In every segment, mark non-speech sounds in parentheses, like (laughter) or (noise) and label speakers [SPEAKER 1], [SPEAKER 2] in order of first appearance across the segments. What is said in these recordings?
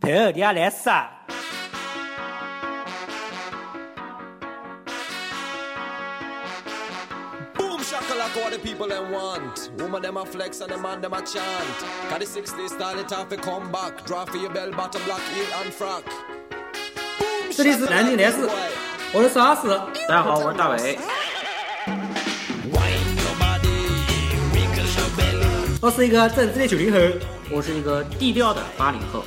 [SPEAKER 1] 陪后天来杀。
[SPEAKER 2] Boom shakalaka what the people them want. Woman them a flex and the man them a chant. Cause the 60s style it off a comeback. Draw for your bell bottom black heel and frack. Boom
[SPEAKER 3] 这里是南京来事
[SPEAKER 2] shakalaka, boy.
[SPEAKER 3] 我是孙老师，
[SPEAKER 4] 大家好，我是大伟。
[SPEAKER 2] Wind your body, wiggle your belly.
[SPEAKER 3] 我是一个正直的九零后，
[SPEAKER 4] 我是一个低调的八零后，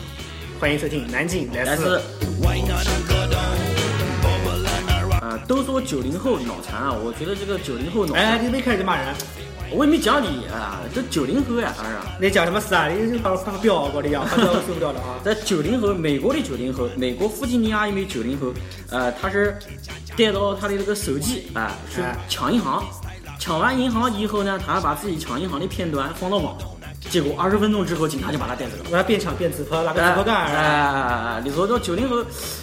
[SPEAKER 3] 欢迎收听南京来
[SPEAKER 4] 但
[SPEAKER 3] 事
[SPEAKER 4] 是。，呃，都说九零后脑残啊，我觉得这个九零后脑
[SPEAKER 3] 哎，
[SPEAKER 4] 残，
[SPEAKER 3] 你没开始就骂人，
[SPEAKER 4] 我也没讲理啊，这九零后呀，当然，
[SPEAKER 3] 你讲什么事啊？你就把我看个表我的样，看到我受不了了啊！
[SPEAKER 4] 在九零后，美国的九零后，美国弗吉尼亚一名九零后，呃，他是带到他的这个手机啊、去
[SPEAKER 3] 哎
[SPEAKER 4] 抢银行，抢完银行以后呢，他还把自己抢银行的片段放到网上，结果二十分钟之后，警察就把他带走了。
[SPEAKER 3] 我要边抢边直播，拿个直
[SPEAKER 4] 哎
[SPEAKER 3] 播杆，
[SPEAKER 4] 哎，你说这九零后，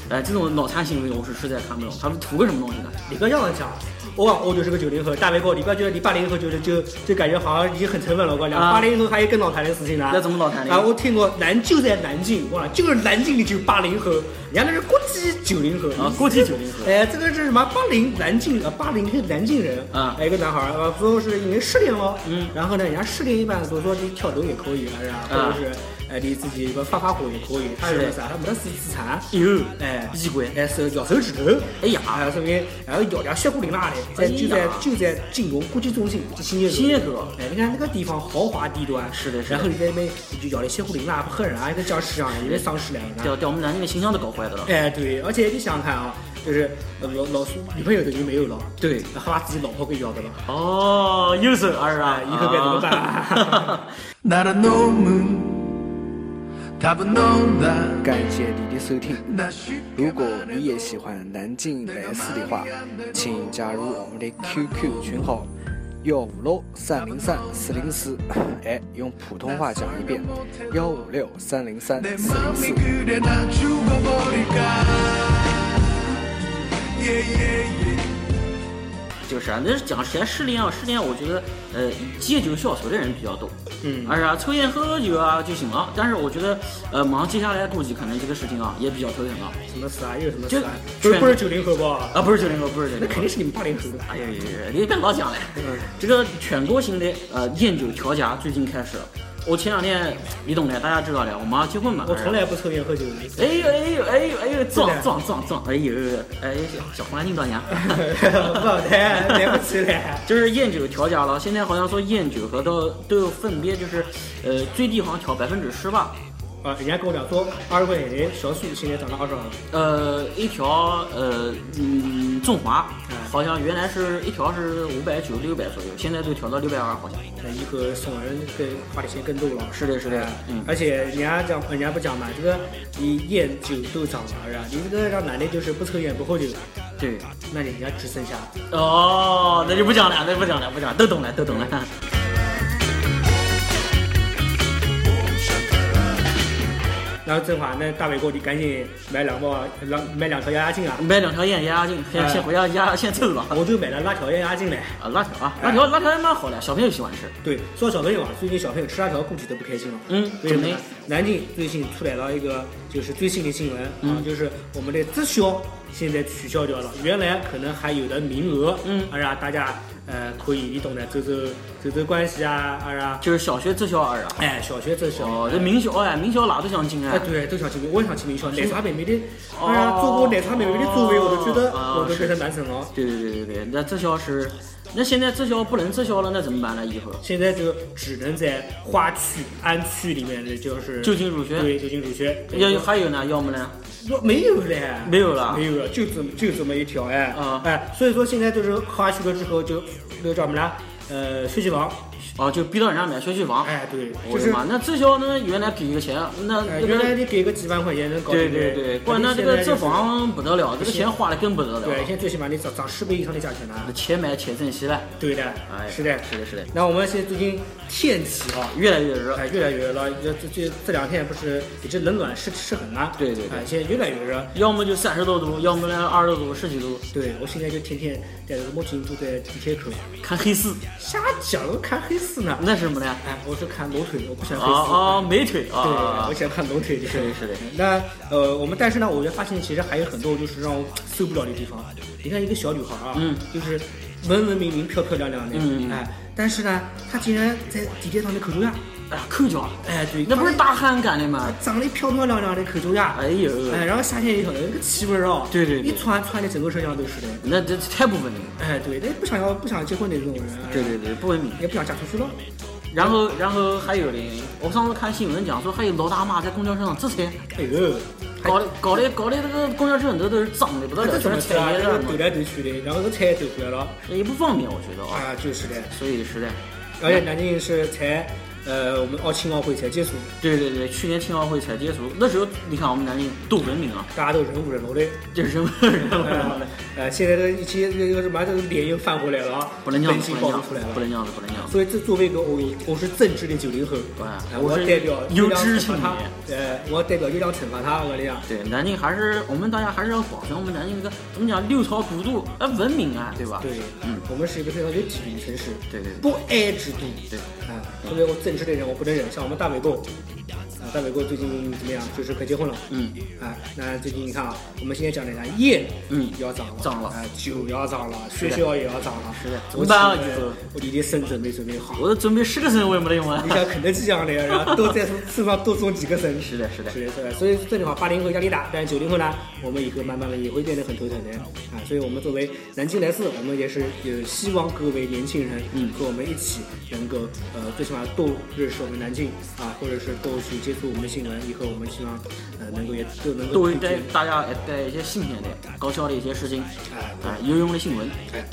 [SPEAKER 4] 哎，这种脑残行为我是实在看不懂，他们图个什么东西呢？
[SPEAKER 3] 你不要这样讲。我讲我就是个九零后，大白哥，你不要觉得你八零后就是就就感觉好像已经很沉稳了。我跟你讲，
[SPEAKER 4] 啊
[SPEAKER 3] 八零后还有更脑残的事情呢。
[SPEAKER 4] 那怎么脑残呢
[SPEAKER 3] 啊，我听过南就在南京，哇，就是南京的就八零后，人家那是国际九零后
[SPEAKER 4] 啊国际90后
[SPEAKER 3] 哎，这个是什么？八零南京啊，八零后南京人
[SPEAKER 4] 啊
[SPEAKER 3] 哎一个男孩儿，啊，说是因为失恋了，
[SPEAKER 4] 嗯
[SPEAKER 3] 然后呢，人家失恋一般都说你跳楼也可以啊，然后或者是哎你自己什么发发火也可以，他
[SPEAKER 4] 是
[SPEAKER 3] 是
[SPEAKER 4] 的
[SPEAKER 3] 啊啥？他没得私自残，
[SPEAKER 4] 有，
[SPEAKER 3] 哎，
[SPEAKER 4] 衣柜，
[SPEAKER 3] 哎，手咬手指头，
[SPEAKER 4] 哎呀
[SPEAKER 3] 还有什么，还有咬点血骨淋辣的，在
[SPEAKER 4] 哎呀
[SPEAKER 3] 就在就在金融国际中心这新街口。
[SPEAKER 4] 新街口
[SPEAKER 3] 哎，你看那个地方豪华低端，
[SPEAKER 4] 是的是的
[SPEAKER 3] 然后你在那边就咬的血骨淋辣，不吓人啊，跟僵尸一样，有点丧尸来了。
[SPEAKER 4] 掉掉我们南京的形象都搞坏的了。
[SPEAKER 3] 哎，对，而且你想想看啊，就是呃老老苏女朋友都已经没有了，
[SPEAKER 4] 对
[SPEAKER 3] 然后把自己老婆给咬的了。
[SPEAKER 4] 哦，右手二啊，
[SPEAKER 3] 以后该怎么办
[SPEAKER 4] 啊
[SPEAKER 5] Not a no moon. Have known that.
[SPEAKER 6] 感谢你的收听。
[SPEAKER 5] that she
[SPEAKER 6] 如果你也喜欢南京来事的话，请加入我们的 QQ 群号幺五六三零三四零四。哎，用普通话讲一遍，幺五六三零三
[SPEAKER 5] They
[SPEAKER 6] 四零
[SPEAKER 5] mommy
[SPEAKER 6] 四。
[SPEAKER 5] good and I juga borica. Yeah, yeah, yeah.
[SPEAKER 4] (laughs) 就是啊，那是讲谁失恋啊？失恋，我觉得呃，以借酒消愁的人比较多。嗯，而且啊，抽烟喝喝酒啊就行了。但是我觉得，呃，马上接下来估计可能这个事情啊也比较头疼了。
[SPEAKER 3] 什么事啊？又有什么事啊？
[SPEAKER 4] 就
[SPEAKER 3] 不是不是九零后吧？
[SPEAKER 4] 啊，不是九零后，不是九零
[SPEAKER 3] 那
[SPEAKER 4] 后，
[SPEAKER 3] 肯定是你们八零后的。
[SPEAKER 4] 哎呀，你别老讲了。这个全国性的呃烟酒调价最近开始了。我前两天，你懂的，大家知道的，我马上结婚嘛。
[SPEAKER 3] 我从来不抽烟喝酒的。
[SPEAKER 4] 哎呦哎呦哎呦哎呦，
[SPEAKER 3] 真
[SPEAKER 4] 撞
[SPEAKER 3] 的
[SPEAKER 4] 撞撞撞！哎呦哎，小小红蓝镜多少钱？
[SPEAKER 3] (laughs) 不好谈，来不起来。
[SPEAKER 4] 就是烟酒调价了，现在好像说烟酒和都都有分别，就是呃最低好像调百分之十吧，
[SPEAKER 3] 啊，人家跟我讲说，二十块钱的小苏现在涨到二十二，
[SPEAKER 4] 呃一条呃嗯中华好像原来是一条是五百九六百左右，现在都调到六百二好像。
[SPEAKER 3] 那以后送人更花的钱更多了。
[SPEAKER 4] 是的，是的
[SPEAKER 3] 哎，
[SPEAKER 4] 嗯，
[SPEAKER 3] 而且人家讲，人家不讲嘛，这个你烟酒都涨了，是啊吧？你这个让男的就是不抽烟不喝酒，
[SPEAKER 4] 对。
[SPEAKER 3] 那人家只剩下
[SPEAKER 4] 哦，那就不讲了，那不讲了，不讲了，都懂了，都懂了。 (laughs)
[SPEAKER 3] 然后正好，那大伟哥，你赶紧买两包，两买两条压压惊啊！
[SPEAKER 4] 买两条烟压压惊，先
[SPEAKER 3] 哎
[SPEAKER 4] 先回家压，先
[SPEAKER 3] (laughs)
[SPEAKER 4] 凑吧。
[SPEAKER 3] 我就买了辣条压压惊嘞。
[SPEAKER 4] 啊，辣条啊，辣条辣条还蛮好的，小朋友喜欢吃。
[SPEAKER 3] 对，说到小朋友啊，最近小朋友吃辣条估计都不开心了。
[SPEAKER 4] 嗯
[SPEAKER 3] 为什么呢
[SPEAKER 4] 准备？
[SPEAKER 3] 南京最近出来了一个就是最新的新闻、啊，
[SPEAKER 4] 嗯
[SPEAKER 3] 就是我们的直销现在取消掉了，原来可能还有的名额，
[SPEAKER 4] 嗯
[SPEAKER 3] 啊让大家呃可以你懂的走走走走关系啊，啊让
[SPEAKER 4] 就是小学直销二啊。
[SPEAKER 3] 哎小学直销
[SPEAKER 4] 哦，这名校哎，名校哪都想进
[SPEAKER 3] 哎，
[SPEAKER 4] 哎。
[SPEAKER 3] 对，都想去名，我也想去名校。奶茶妹妹的，
[SPEAKER 4] 哦
[SPEAKER 3] 哎呀，坐过奶茶妹妹的座位，我都觉得
[SPEAKER 4] 哦
[SPEAKER 3] 我都
[SPEAKER 4] 是
[SPEAKER 3] 变成男神了。
[SPEAKER 4] 对对对对对，那直销是，那现在直销不能直销了，那怎么办呢？以后
[SPEAKER 3] 现在就只能在花区、安区里面的，就是
[SPEAKER 4] 就近入学
[SPEAKER 3] 对，就近入学。
[SPEAKER 4] 要还有呢，要么呢？
[SPEAKER 3] 说没有嘞，
[SPEAKER 4] 没有了
[SPEAKER 3] 没有了，就这么就这么一条哎，
[SPEAKER 4] 啊
[SPEAKER 3] 哎，所以说现在就是花区了之后就那个叫什么呢？呃，学习房，
[SPEAKER 4] 哦，就逼到人家买学区房。
[SPEAKER 3] 哎，对，
[SPEAKER 4] 我
[SPEAKER 3] 就
[SPEAKER 4] 的
[SPEAKER 3] 是
[SPEAKER 4] 妈，那直销呢，原来给一个钱，那
[SPEAKER 3] 哎，
[SPEAKER 4] 那
[SPEAKER 3] 原来
[SPEAKER 4] 个。
[SPEAKER 3] 你给个几万块钱能搞
[SPEAKER 4] 对
[SPEAKER 3] 定的
[SPEAKER 4] 对对，
[SPEAKER 3] 但
[SPEAKER 4] 关
[SPEAKER 3] 是
[SPEAKER 4] 那这
[SPEAKER 3] 现在
[SPEAKER 4] 个
[SPEAKER 3] 就是
[SPEAKER 4] 这房不得了，这个钱花的更不得了。
[SPEAKER 3] 对，现在最起码得涨涨十倍以上的价钱了，
[SPEAKER 4] 且买且珍惜了。
[SPEAKER 3] 对的，
[SPEAKER 4] 哎，
[SPEAKER 3] 是的。
[SPEAKER 4] 是的，是的，
[SPEAKER 3] 那我们现在最近天气啊，
[SPEAKER 4] 越来越热。
[SPEAKER 3] 哎，越来越热了。这这这这两天不是也是冷暖失失衡啊？
[SPEAKER 4] 对对对
[SPEAKER 3] 哎，现在越来越热。
[SPEAKER 4] 要么就三十多度，要么呢二十多度、十几度，
[SPEAKER 3] 对我现在就天天戴着墨镜坐在地铁口，
[SPEAKER 4] 看黑丝。
[SPEAKER 3] 瞎讲，看黑丝次呢？
[SPEAKER 4] 那是什么呢？
[SPEAKER 3] 哎，我是看裸腿，我不喜
[SPEAKER 4] 啊
[SPEAKER 3] 欢黑丝。
[SPEAKER 4] 啊，美腿
[SPEAKER 3] 对，
[SPEAKER 4] 啊
[SPEAKER 3] 我，喜欢看裸腿这
[SPEAKER 4] 是
[SPEAKER 3] 些。
[SPEAKER 4] 的，是的，
[SPEAKER 3] 那呃，我们但是呢，我觉得发现其实还有很多就是让我受不了的地方。你看一个小女孩啊，
[SPEAKER 4] 嗯
[SPEAKER 3] 就是文文明明、漂漂亮亮的，
[SPEAKER 4] 嗯嗯
[SPEAKER 3] 哎，但是呢，她竟然在地铁上面口臭呀，
[SPEAKER 4] 啊，抠脚，
[SPEAKER 3] 哎，对，
[SPEAKER 4] 那不是大汉干的吗？
[SPEAKER 3] 长得漂漂亮亮的口臭呀，
[SPEAKER 4] 哎呦，
[SPEAKER 3] 哎，然后夏天以后那个气味儿啊，
[SPEAKER 4] 对对对
[SPEAKER 3] 一窜窜的整个车厢都是的，
[SPEAKER 4] 那这太不文明，了。
[SPEAKER 3] 哎，对，那不想要不想结婚的这种人，啊
[SPEAKER 4] 对对对，不文明。
[SPEAKER 3] 也不想嫁出去了，
[SPEAKER 4] 然后，然后还有嘞，我上次看新闻讲说，还有老大妈在公交车上摘菜，
[SPEAKER 3] 哎呦，
[SPEAKER 4] 搞得搞得搞得这个公交车很多都是脏的不得
[SPEAKER 3] 这
[SPEAKER 4] 了，
[SPEAKER 3] 哎怎
[SPEAKER 4] 全
[SPEAKER 3] 么
[SPEAKER 4] 是
[SPEAKER 3] 吃
[SPEAKER 4] 菜
[SPEAKER 3] 啊？
[SPEAKER 4] 叶
[SPEAKER 3] 这
[SPEAKER 4] 子
[SPEAKER 3] 个
[SPEAKER 4] 嘛
[SPEAKER 3] 抖来抖去的，然后这菜也抖出来了，
[SPEAKER 4] 也不方便，我觉得啊。
[SPEAKER 3] 啊，就是的。
[SPEAKER 4] 所以是的，
[SPEAKER 3] 而且南京是才，呃，我们奥青奥会才结束，
[SPEAKER 4] 对对对，去年青奥会才结束，那时候你看我们南京多文明啊，
[SPEAKER 3] 大家都人五人六
[SPEAKER 4] (laughs)
[SPEAKER 3] 的。
[SPEAKER 4] 这人人
[SPEAKER 3] 呃，呃现在这一期这个什么，这个脸又翻回来了啊，
[SPEAKER 4] 不能这样
[SPEAKER 3] 人
[SPEAKER 4] 子，
[SPEAKER 3] 性
[SPEAKER 4] 不
[SPEAKER 3] 暴
[SPEAKER 4] 能
[SPEAKER 3] 露出
[SPEAKER 4] 这样
[SPEAKER 3] 来
[SPEAKER 4] 子，
[SPEAKER 3] 了
[SPEAKER 4] 不。能这样子，不能这样子。
[SPEAKER 3] 所以这作为一个我，我是正直的九零后，
[SPEAKER 4] 对
[SPEAKER 3] 呃
[SPEAKER 4] 我
[SPEAKER 3] 我
[SPEAKER 4] 是
[SPEAKER 3] 代表
[SPEAKER 4] 有
[SPEAKER 3] 月亮
[SPEAKER 4] 知
[SPEAKER 3] 惩罚
[SPEAKER 4] 青
[SPEAKER 3] 他
[SPEAKER 4] 年，
[SPEAKER 3] 呃，我代表月亮惩罚他，我跟你讲，
[SPEAKER 4] 对，南京还是我们大家还是要保存我们南京这个怎么讲六朝古都，哎，文明啊，对吧？
[SPEAKER 3] 对，
[SPEAKER 4] 嗯，
[SPEAKER 3] 我们是一个非常有体育的城市，
[SPEAKER 4] 对对对
[SPEAKER 3] 不爱之都，
[SPEAKER 4] 对
[SPEAKER 3] 啊，特别我正直的人我不能忍，像我们大伟哥，啊，大伟哥最近怎么样？就是快结婚了，
[SPEAKER 4] 嗯，
[SPEAKER 3] 啊，那最近你看啊，我们现在讲的呢，夜
[SPEAKER 4] 嗯
[SPEAKER 3] 要涨了，
[SPEAKER 4] 涨了
[SPEAKER 3] 啊，酒要涨了，学
[SPEAKER 4] 的
[SPEAKER 3] 校也要涨了，
[SPEAKER 4] 是的
[SPEAKER 3] 我
[SPEAKER 4] 怎么办啊
[SPEAKER 3] 起来
[SPEAKER 4] 宇哥
[SPEAKER 3] 我你的肾准备准备好，
[SPEAKER 4] 我都准备十个省我也没得用啊
[SPEAKER 3] 你。 (laughs) 像肯德基这样的，然后多在身上多种几个肾，
[SPEAKER 4] 是的，是的。
[SPEAKER 3] 是的，是的，所以这句话八零后压力大，但是九零后呢，我们以后慢慢的也会变得很头疼的啊。所以我们作为南京来自，我们也是也希望各位年轻人，
[SPEAKER 4] 嗯
[SPEAKER 3] 和我们一起能够呃，最起码多认识我们南京啊，或者是多去接触我们的新闻，以后我们希望呃能够也都能够
[SPEAKER 4] 多
[SPEAKER 3] 推
[SPEAKER 4] 带
[SPEAKER 3] 荐
[SPEAKER 4] 大家也带一些新鲜的、搞笑的一些事情，
[SPEAKER 3] 哎
[SPEAKER 4] 啊，有用的新闻。
[SPEAKER 3] 哎，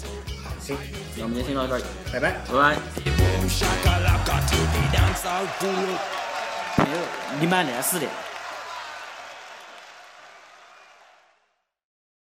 [SPEAKER 3] 好，行，
[SPEAKER 4] 那我们就先到这里，
[SPEAKER 3] 拜拜。
[SPEAKER 4] 拜拜。
[SPEAKER 2] Boom shakalaka to the dancehall pool.
[SPEAKER 4] 你蛮来事的。